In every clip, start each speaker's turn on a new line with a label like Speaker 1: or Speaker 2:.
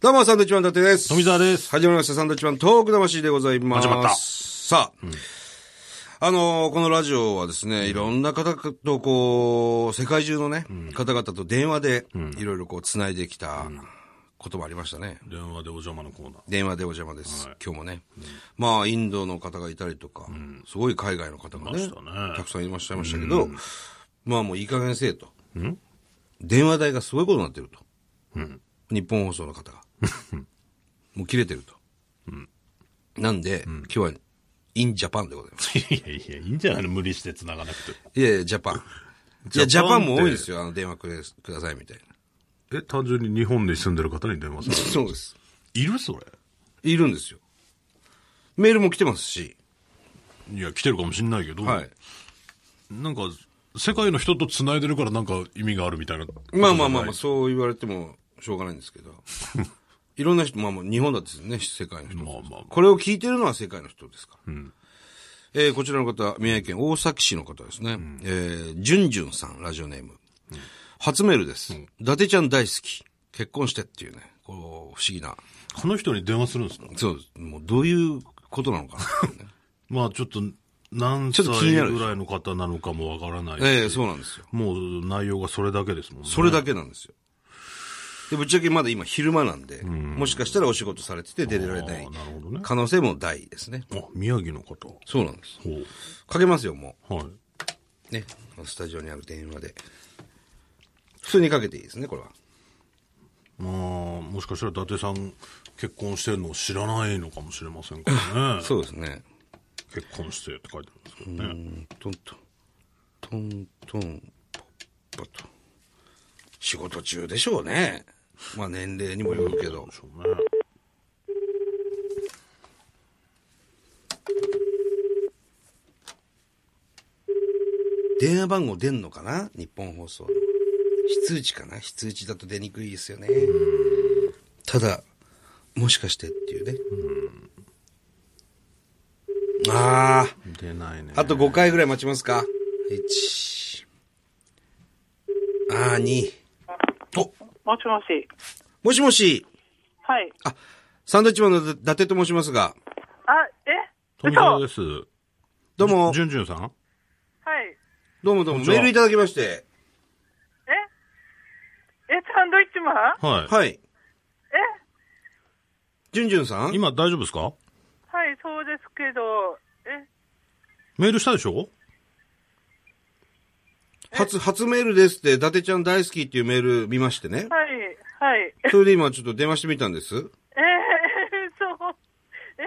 Speaker 1: どうも、サンドウィッチマン伊達です。
Speaker 2: 富澤です
Speaker 1: 始まりました、サンドウィッチマントーク魂でございます。
Speaker 2: 始まった
Speaker 1: さあ、あのーこのラジオはですね、いろんな方とこう、世界中のね、方々と電話で、いろいろこう、繋いできたこともありましたね。
Speaker 2: 電話でお邪魔のコーナー。
Speaker 1: 電話でお邪魔です。今日もね、まあ、インドの方がいたりとか、すごい海外の方が
Speaker 2: ま
Speaker 1: ね
Speaker 2: したね
Speaker 1: たくさんいらっしゃいましたけど、まあもういい加減せえと。電話代がすごいことになってると。日本放送の方が。もう切れてると。なんで、今日は、インジャパンでございます。
Speaker 2: いやいや、いいんじゃないの無理して繋がなくて。
Speaker 1: いやいや、ジャパン。いや、ジ
Speaker 2: ジャ
Speaker 1: ャパ
Speaker 2: パン
Speaker 1: ン
Speaker 2: って
Speaker 1: も多いですよ。あの、電話くれくださいみたいな。
Speaker 2: え、単純に日本に住んでる方に電話する。
Speaker 1: そうです。
Speaker 2: いるそれ。
Speaker 1: いるんですよ。メールも来てますし。
Speaker 2: いや、来てるかもしんないけど、
Speaker 1: はい。
Speaker 2: なんか、世界の人と繋いでるからなんか意味があるみたいな。
Speaker 1: まあまあまあまあ、そう言われてもしょうがないん ですけど。いろんな人、まあまあ、日本だってね、世界の人。
Speaker 2: まあまあ
Speaker 1: これを聞いてるのは世界の人ですから。えーこちらの方、宮城県大崎市の方ですね。えー、じゅんじゅんさん、ラジオネーム。初メールです。伊達ちゃん大好き。結婚してっていうね、こう、不思議な。
Speaker 2: この人に電話するんですか
Speaker 1: そうです。もう、どういうことなのかなっていうね、
Speaker 2: まあちょっと、何
Speaker 1: ちょ
Speaker 2: 歳
Speaker 1: っと気になるでしょ
Speaker 2: ぐらいの方なのかもわからない し
Speaker 1: ええそうなんですよ。
Speaker 2: もう内容がそれだけですもんね。
Speaker 1: それだけなんですよ。で、ぶっちゃけまだ今昼間なんで、もしかしたらお仕事されてて出られない
Speaker 2: あーなるほどね
Speaker 1: 可能性も大ですね。
Speaker 2: あ、宮城の方。
Speaker 1: そうなんです。
Speaker 2: ほう。
Speaker 1: かけますよ、も
Speaker 2: はい。
Speaker 1: う。ね。スタジオにある電話で。普通にかけていいですね、これは。
Speaker 2: まあ、もしかしたら伊達さん結婚してるのを知らないのかもしれませんか らね。
Speaker 1: そうですね。
Speaker 2: 結婚してって書いてあるんですけど
Speaker 1: う
Speaker 2: ね。
Speaker 1: ん、トントン。トントン、ポッポと。仕事中でしょうね。まあ年齢にもよるけど
Speaker 2: で。しょうね。
Speaker 1: 電話番号出んのかな日本放送の。非通知かな非通知だと出にくいですよね。ただ、もしかしてっていうね。ああ。
Speaker 2: 出ないね。
Speaker 1: あと5回ぐらい待ちますか。1。あー、2。お
Speaker 3: もしもし。
Speaker 1: もしもし、
Speaker 3: はい。
Speaker 1: あ、サンドウィッチマンの伊達と申しますが、
Speaker 3: あ、え
Speaker 2: 富澤です。
Speaker 1: どうも
Speaker 2: じ、ゅんじゅんさん
Speaker 3: はい。
Speaker 1: どうもどうも、
Speaker 2: こんにちは
Speaker 1: メールいただきまして、
Speaker 3: ええ、サンドイッチマン
Speaker 2: はい。
Speaker 1: はい。
Speaker 3: え
Speaker 1: じゅんじゅんさん
Speaker 2: 今大丈夫ですか
Speaker 3: はい、そうですけど、え
Speaker 2: メールしたでしょ
Speaker 1: 初、初メールですって、伊達ちゃん大好きっていうメール見ましてね。
Speaker 3: はい、はい。え、
Speaker 1: それで今ちょっと電話してみたんです。
Speaker 3: えそう。え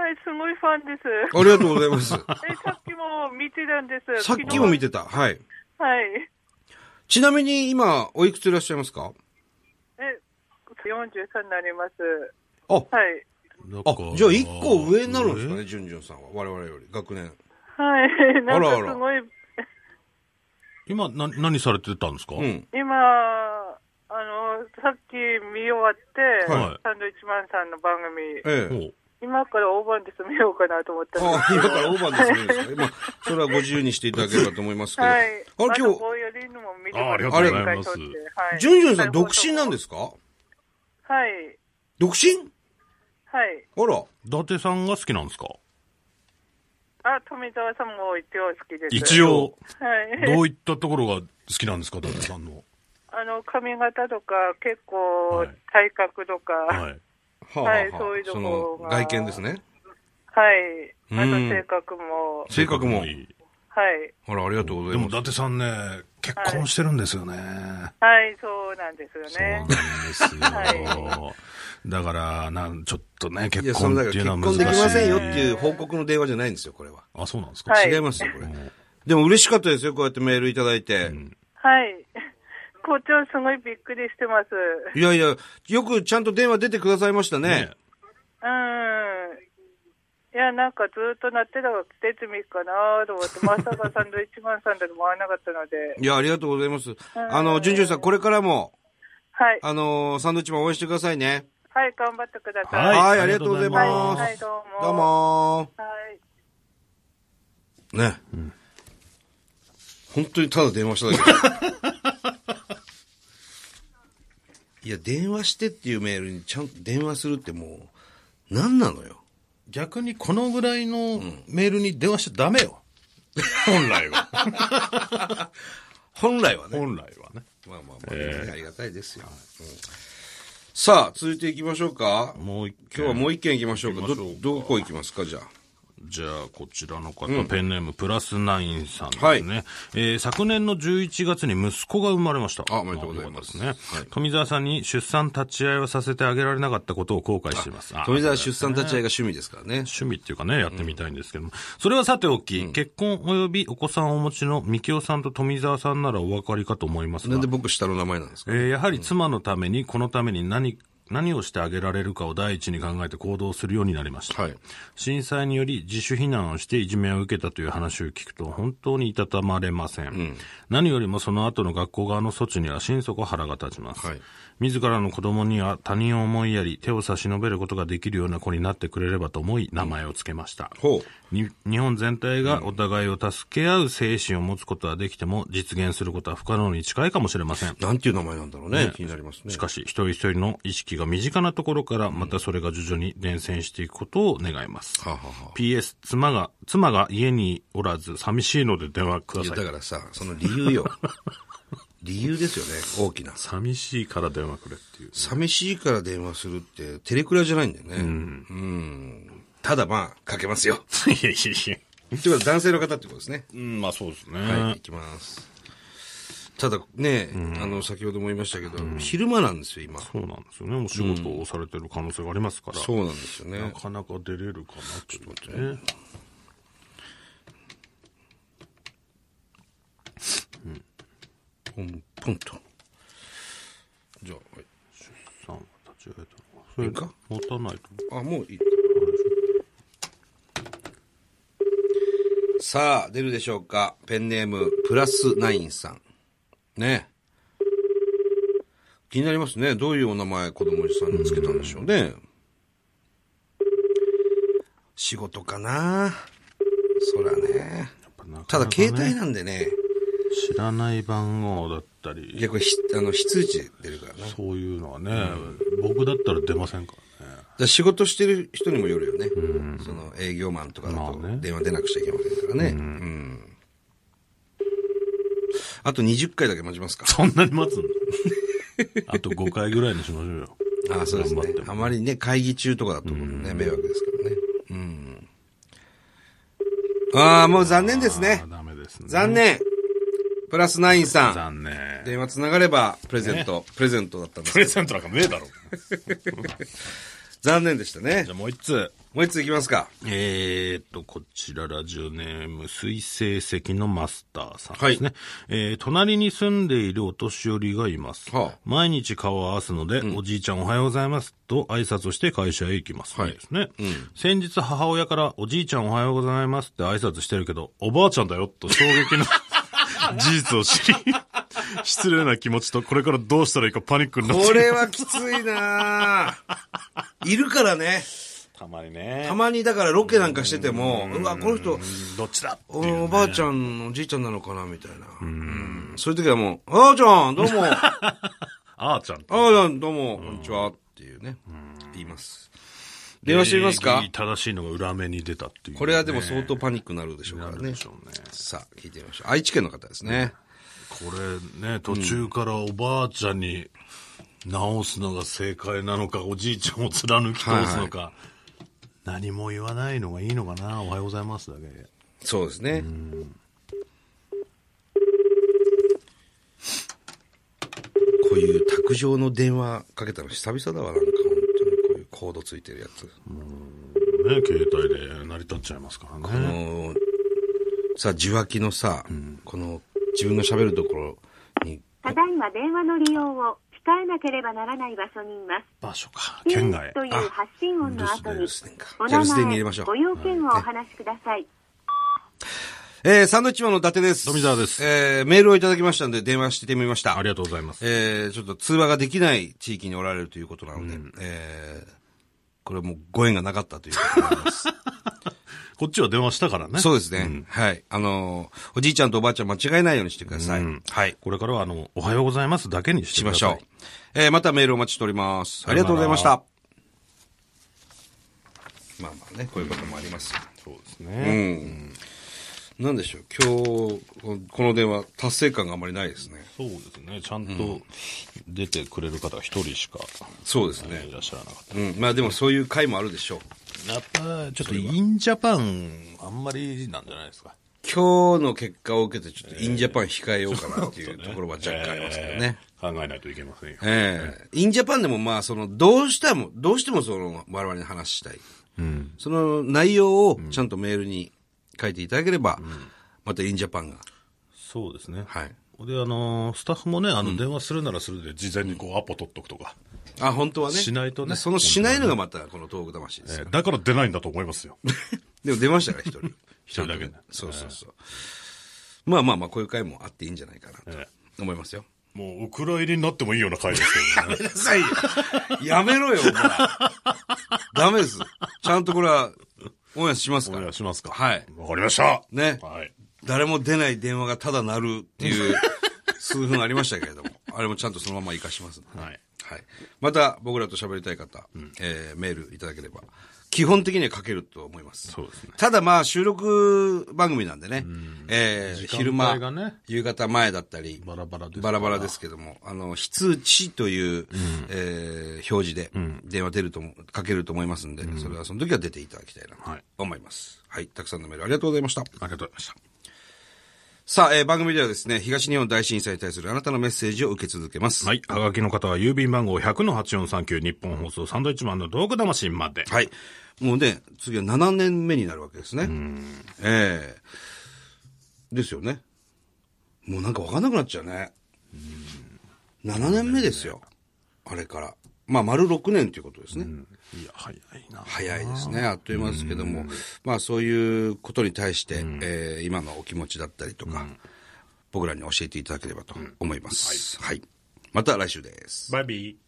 Speaker 3: はい、すごいファンです。
Speaker 1: ありがとうござい ます。
Speaker 3: え、 さっきも見てたんです。
Speaker 1: さっきも見
Speaker 3: て。
Speaker 1: てた。はい。
Speaker 3: はい。
Speaker 1: ちなみに今、おいくついらっしゃいますか
Speaker 3: え、43になります。
Speaker 1: あ、
Speaker 3: はい。
Speaker 1: あ、じゃあ1個上になるんですかね、
Speaker 2: ね。
Speaker 1: じゅんじゅんさんは。我々より、学年。
Speaker 3: はい。なん
Speaker 1: あら
Speaker 3: か
Speaker 1: あら
Speaker 3: すごい、
Speaker 2: 今、な、何されてたんですか
Speaker 1: うん。
Speaker 3: 今、あの、さっき見終わって、
Speaker 2: はい
Speaker 3: サンドイッチマンさんの番組、
Speaker 1: ええ。
Speaker 2: ほう
Speaker 3: 今から大番です見ようかなと思ったんです
Speaker 1: あ、今から大番ですね。まあ、それはご自由にしていただければと思いますけど。
Speaker 3: はい。
Speaker 1: あれ、今
Speaker 3: こういうのも見てます
Speaker 2: あ
Speaker 1: ありがとう
Speaker 2: ございます
Speaker 3: 一回撮っては
Speaker 1: 日、
Speaker 3: い
Speaker 1: ジュンジュンさん独身なんですすか
Speaker 3: はい。
Speaker 1: 独身
Speaker 3: はい。
Speaker 1: あら。
Speaker 2: 伊達さんが好きなんですか
Speaker 3: あ、富澤さんも一応好きです。
Speaker 2: 一。応、
Speaker 3: はい。
Speaker 2: どういったところが好きなんですか伊達さんの。
Speaker 3: あの、髪型とか、結
Speaker 2: は
Speaker 3: 構
Speaker 2: い、
Speaker 3: 体格とか、は
Speaker 2: は
Speaker 3: い。
Speaker 2: い。
Speaker 1: は
Speaker 3: はいそういうと
Speaker 1: そ
Speaker 3: こ
Speaker 1: の
Speaker 3: ろ、が
Speaker 1: 外見ですね。
Speaker 3: あと
Speaker 1: うん
Speaker 3: 性格も、
Speaker 1: 性格も。
Speaker 2: いい
Speaker 3: はい。
Speaker 1: あら、ありがとうご
Speaker 2: で
Speaker 1: ざい
Speaker 2: も
Speaker 1: ま
Speaker 2: 伊
Speaker 1: す。
Speaker 2: 達さんね、結婚してるんですよね。
Speaker 3: はい、そうなんですよ
Speaker 2: そうな
Speaker 3: ね
Speaker 2: ん。です よ
Speaker 3: は。
Speaker 2: だから、なん、ちょっとね、
Speaker 1: い
Speaker 2: 結
Speaker 1: や、その、
Speaker 2: 婚
Speaker 1: だ
Speaker 2: っ
Speaker 1: か
Speaker 2: ていう
Speaker 1: ら
Speaker 2: のは
Speaker 1: 結
Speaker 2: 難し
Speaker 1: 婚で
Speaker 2: い。
Speaker 1: きませんよっていう報告の電話じゃないんですよ、これは。
Speaker 2: あ、そうなんですか
Speaker 3: はい
Speaker 1: 違いますよ、これ。
Speaker 2: ん
Speaker 1: でも嬉しかったですよ、こうやってメールいただいて。
Speaker 3: はい。 校長すごいびっくりしてます。
Speaker 1: いやいや、よくちゃんと電話出てくださいましたね。
Speaker 2: ね
Speaker 3: うん。いや、なんかずっと鳴ってたから出てみっかなと思って、まさかサンドイッチマンさんだと思わなかったので。
Speaker 1: いや、ありがとうございます。あの、じゅんじゅんさん、これからも、
Speaker 3: はい。
Speaker 1: あのーサンドウィッチマン応援してくださいね。
Speaker 3: はい、頑張ってくださ
Speaker 2: はい
Speaker 3: い。
Speaker 1: はい、ありがとうございます。
Speaker 3: はいはいどうも
Speaker 1: どうも
Speaker 3: はい。
Speaker 1: ね。本当にただ電話しただけ。 いや、電話してっていうメールにちゃんと電話するってもう、何なのよ。
Speaker 2: 逆にこのぐらいのメールに電話しちゃダメよ。本来は。
Speaker 1: 本来はね。
Speaker 2: 本来はね。
Speaker 1: まあまあまあ、ありがたいですよ。うんさあ、続いていきましょうか。
Speaker 2: もう一
Speaker 1: 今日はもう一件いきましょうか。ど
Speaker 2: 行きましょうか、
Speaker 1: どこ行きますか、じゃあ。
Speaker 2: じゃあ、こちらの方、ペンネームプラスナインさんですね。
Speaker 1: はい
Speaker 2: えー昨年の11月に息子が生まれました。
Speaker 1: あおめでとうございます
Speaker 2: あよかったですね、富澤さんに出産立ち会いをさせてあげられなかったことを後悔しています。あ
Speaker 1: 富澤出産立ち会いが趣味ですからね。
Speaker 2: 趣味っていうかね、やってみたいんですけども。それはさておき、結婚及びお子さんをお持ちのみきおさんと富澤さんならお分かりかと思います
Speaker 1: な
Speaker 2: が
Speaker 1: んで、僕下の名前なんです
Speaker 2: え
Speaker 1: か
Speaker 2: ーやはり妻のために、このために何、何をしてあげられるかを第一に考えて行動するようになりました。
Speaker 1: はい。
Speaker 2: 震災により自主避難をしていじめを受けたという話を聞くと本当にいたたまれません。何よりもその後の学校側の措置には心底腹が立ちます。
Speaker 1: はい
Speaker 2: 自らの子供には他人を思いやり手を差し伸べることができるような子になってくれればと思い名前を付けました。
Speaker 1: ほ
Speaker 2: に日本全体がお互いを助け合う精神を持つことはできても実現することは不可能に近いかもしれません。
Speaker 1: う。なんていう名前なんだろうね。気になりますね。
Speaker 2: しかし、一人一人の意識が身近なところから、またそれが徐々に伝染していくことを願います。
Speaker 1: はあはあはあ
Speaker 2: PS、妻が、妻が家におらず、寂しいので電話くだ
Speaker 1: いや、
Speaker 2: さ
Speaker 1: だ
Speaker 2: い。
Speaker 1: からさ、その理由よ。 理由ですよね、大きな。
Speaker 2: 寂しいから電話くれっていう。
Speaker 1: 寂しいから電話するって、テレクラじゃないんだよね。うん。ただまあ、かけますよ。
Speaker 2: いやいやいや。
Speaker 1: ということは男性の方ってことですね。
Speaker 2: うん、まあそうですね。
Speaker 1: はい、いきます。ただね、あの、先ほども言いましたけど、昼間なんですよ、今。
Speaker 2: そうなんですよね。お仕事をされてる可能性がありますから。
Speaker 1: そうなんですよ
Speaker 2: な
Speaker 1: ね。
Speaker 2: かなか出れるかなちょっと待ってね。
Speaker 1: ポン、ポンと。じゃあ、はい
Speaker 2: さんは立ち会えたのか。それ
Speaker 1: いいか
Speaker 2: 持たないと。
Speaker 1: あ、もういい。さあ、出るでしょうか。ペンネーム、プラスナインさん。ね。気になりますね。どういうお名前、子供さんにつけたんでしょうね。仕事かなそらね。
Speaker 2: なか
Speaker 1: た
Speaker 2: な
Speaker 1: だ、
Speaker 2: かね
Speaker 1: 携帯なんでね。
Speaker 2: 知らない番号だったり。
Speaker 1: いや、これ、ひあの、非通知で出るからな。だか
Speaker 2: そういうのはね、僕だったら出ませんからね。
Speaker 1: ら仕事してる人にもよるよね。その、営業マンとかだと
Speaker 2: まあね、
Speaker 1: 電話出なくちゃいけませんからね。うん。あと20回だけ待ちますか。
Speaker 2: そんなに待つの あと5回ぐらいにしましょうよ。
Speaker 1: ああ、そうですね
Speaker 2: 頑張って。も
Speaker 1: あまりね、会議中とかだとね、迷惑ですからね。うん。ああ、もう残念ですね
Speaker 2: あー。ダメですね。
Speaker 1: 残。念。プラスナインさん。
Speaker 2: 残念。
Speaker 1: 電話つながれば、プレゼント、プレゼントだったんです
Speaker 2: プ
Speaker 1: け
Speaker 2: レ
Speaker 1: ど。
Speaker 2: ゼントなんかねえだろ。
Speaker 1: 残念でしたね
Speaker 2: じゃ。あもう一つ。
Speaker 1: もう一ついきます か。
Speaker 2: えー、っと、こちらラジオネーム、水星石のマスターさんですね。えー、隣に住んでいるお年寄りがいます。
Speaker 1: はあ
Speaker 2: 毎日顔を合わすので、おじいちゃんおはようございますと挨拶をして会社へ行きます。
Speaker 1: はい
Speaker 2: いですね。先日母親から、おじいちゃんおはようございますって挨拶してるけど、おばあちゃんだよと衝撃の 事実を知り、失礼な気持ちと、これからどうしたらいいかパニックになって
Speaker 1: これはきついなぁいるからね。
Speaker 2: たまにね。
Speaker 1: たまにだからロケなんかしてても、うわ、この人、
Speaker 2: どっちだっていうね
Speaker 1: おおばあちゃんのおじいちゃんなのかなみたいな。うんそういう時はもう、あーちゃん、どうも。あ
Speaker 2: あーちゃんと。
Speaker 1: ーちゃん、どうも、こんにちは。っていうね。言います。電話してみます
Speaker 2: 礼
Speaker 1: か
Speaker 2: 儀正しいのが裏目に出たっていう、
Speaker 1: これはでも相当パニックになるでしょうからね
Speaker 2: で。しょうね。
Speaker 1: さあ、聞いてみましょう。愛知県の方ですね。
Speaker 2: これね、途中からおばあちゃんに直すのが正解なのか、おじいちゃんを貫き通すのか、何も言わないのがいいのかな、おはようございますだけで。
Speaker 1: そうですね。こういう卓上の電話かけたの久々だわ、なんか本当にこういうコードついてるやつ。
Speaker 2: ね、携帯で成り立っちゃいますから
Speaker 1: あ
Speaker 2: ね。
Speaker 1: のーさ、受話器のさ、この自分の喋るところに、
Speaker 4: ただいま電話の利用を控えなければならない場所にいます。
Speaker 2: 場所か、
Speaker 4: ピ
Speaker 2: 県
Speaker 4: ン
Speaker 2: 外。
Speaker 4: という発信音の
Speaker 1: 留
Speaker 4: 後に
Speaker 1: 守電か、
Speaker 4: お
Speaker 1: じゃあ
Speaker 4: 名
Speaker 1: 留守電に入れましょ
Speaker 4: 前、
Speaker 1: う
Speaker 4: ご用件をお話しください。
Speaker 1: えー、サンドイッチマンの伊達です。
Speaker 2: 富澤です
Speaker 1: えー、メールをいただきましたので電話してみました。
Speaker 2: ありがとうございます。
Speaker 1: えー、ちょっと通話ができない地域におられるということなので、えーこれはもうご縁がなかったということになり ます。
Speaker 2: こっちは電話したからね。
Speaker 1: そうですね。はい。あのー、おじいちゃんとおばあちゃん間違えないようにしてください。
Speaker 2: うん
Speaker 1: はい。
Speaker 2: これからは、あの、おはようございますだけにして
Speaker 1: し
Speaker 2: くだ
Speaker 1: まし
Speaker 2: さい
Speaker 1: ょう。。えー、またメールお待ちしております。あ
Speaker 2: よ
Speaker 1: り
Speaker 2: なら
Speaker 1: がとうございました。まあまあね、こういうこともありますよ。
Speaker 2: そうです
Speaker 1: う
Speaker 2: ね。
Speaker 1: ん。なんでしょう、今日、この電話、達成感があまりないですね。
Speaker 2: そうですね。ちゃんと出てくれる方は一人しか
Speaker 1: そうです
Speaker 2: ねい
Speaker 1: ね。
Speaker 2: らっしゃらなかった。
Speaker 1: うん。まあでもそういう回もあるでしょう。
Speaker 2: やっぱ、ちょっとインジャパン、あんまりなんじゃないですか。
Speaker 1: 今日の結果を受けて、ちょっとインジャパン控えようかなっていうところは若干ありますけどね。
Speaker 2: えー考えないといけませんよ。
Speaker 1: ええインジャパンでもまあ、その、どうしても、どうしてもその、我々に話したい。その内容をちゃんとメールに書いていただければ、またインジャパンが。
Speaker 2: そうですね。
Speaker 1: はい。
Speaker 2: で、あのースタッフもね、あの、電話するならするで、事前にこう、アポ取っとくとか。
Speaker 1: あ、本当はね。
Speaker 2: しないとね
Speaker 1: そのしないのがまた、この東北魂です
Speaker 2: え
Speaker 1: よ。
Speaker 2: ーだから出ないんだと思います よ。
Speaker 1: でも出ましたから、一人。
Speaker 2: 一人だけね
Speaker 1: そうそうそう。まあまあまあ、こういう回もあっていいんじゃないかな
Speaker 2: え
Speaker 1: と思いますよ。
Speaker 2: もう、お蔵入りになってもいいような回ですけ どね。
Speaker 1: なさいよ やめろよ、お前。ダメです。ちゃんとこれは、オンエアします
Speaker 2: お
Speaker 1: から
Speaker 2: 願い。しますか。
Speaker 1: はい
Speaker 2: わかりました。
Speaker 1: ね
Speaker 2: はい。
Speaker 1: 誰も出ない電話がただ鳴るっていう数分ありましたけれども、あれもちゃんとそのまま活かしますので、
Speaker 2: はい
Speaker 1: はい。また僕らと喋りたい方、えーメールいただければ、基本的には書けると思います。
Speaker 2: そうですね
Speaker 1: ただまあ収録番組なんでね、えー
Speaker 2: 間
Speaker 1: 昼間
Speaker 2: 帯がね、
Speaker 1: 夕方前だったり、
Speaker 2: バラバラですか
Speaker 1: バ
Speaker 2: ら
Speaker 1: ラバラですけども、あの、非通知という、えー表示で電話出るとも、かけると思いますんで、それはその時は出ていただきたいな
Speaker 2: は
Speaker 1: と
Speaker 2: い
Speaker 1: 思います。はい。たくさんのメールありがとうございました。
Speaker 2: ありがとうございました。
Speaker 1: さあ、えー番組ではですね、東日本大震災に対するあなたのメッセージを受け続けます。。
Speaker 2: はいい。はがきの方は、郵便番号100-8439日本放送サンドイッチマンの道具魂まで。
Speaker 1: はい。もうね、次は7年目になるわけですね。ええですよね。もうなんかわかんなくなっちゃうね。7年目ですよ。あれから。まあ、丸6年ということですね。
Speaker 2: いや、早いな。
Speaker 1: 早いですね。あっという間ですけども、まあそういうことに対して、えー今のお気持ちだったりとか、僕らに教えていただければと思います。はい。また来週です。
Speaker 2: バイビー。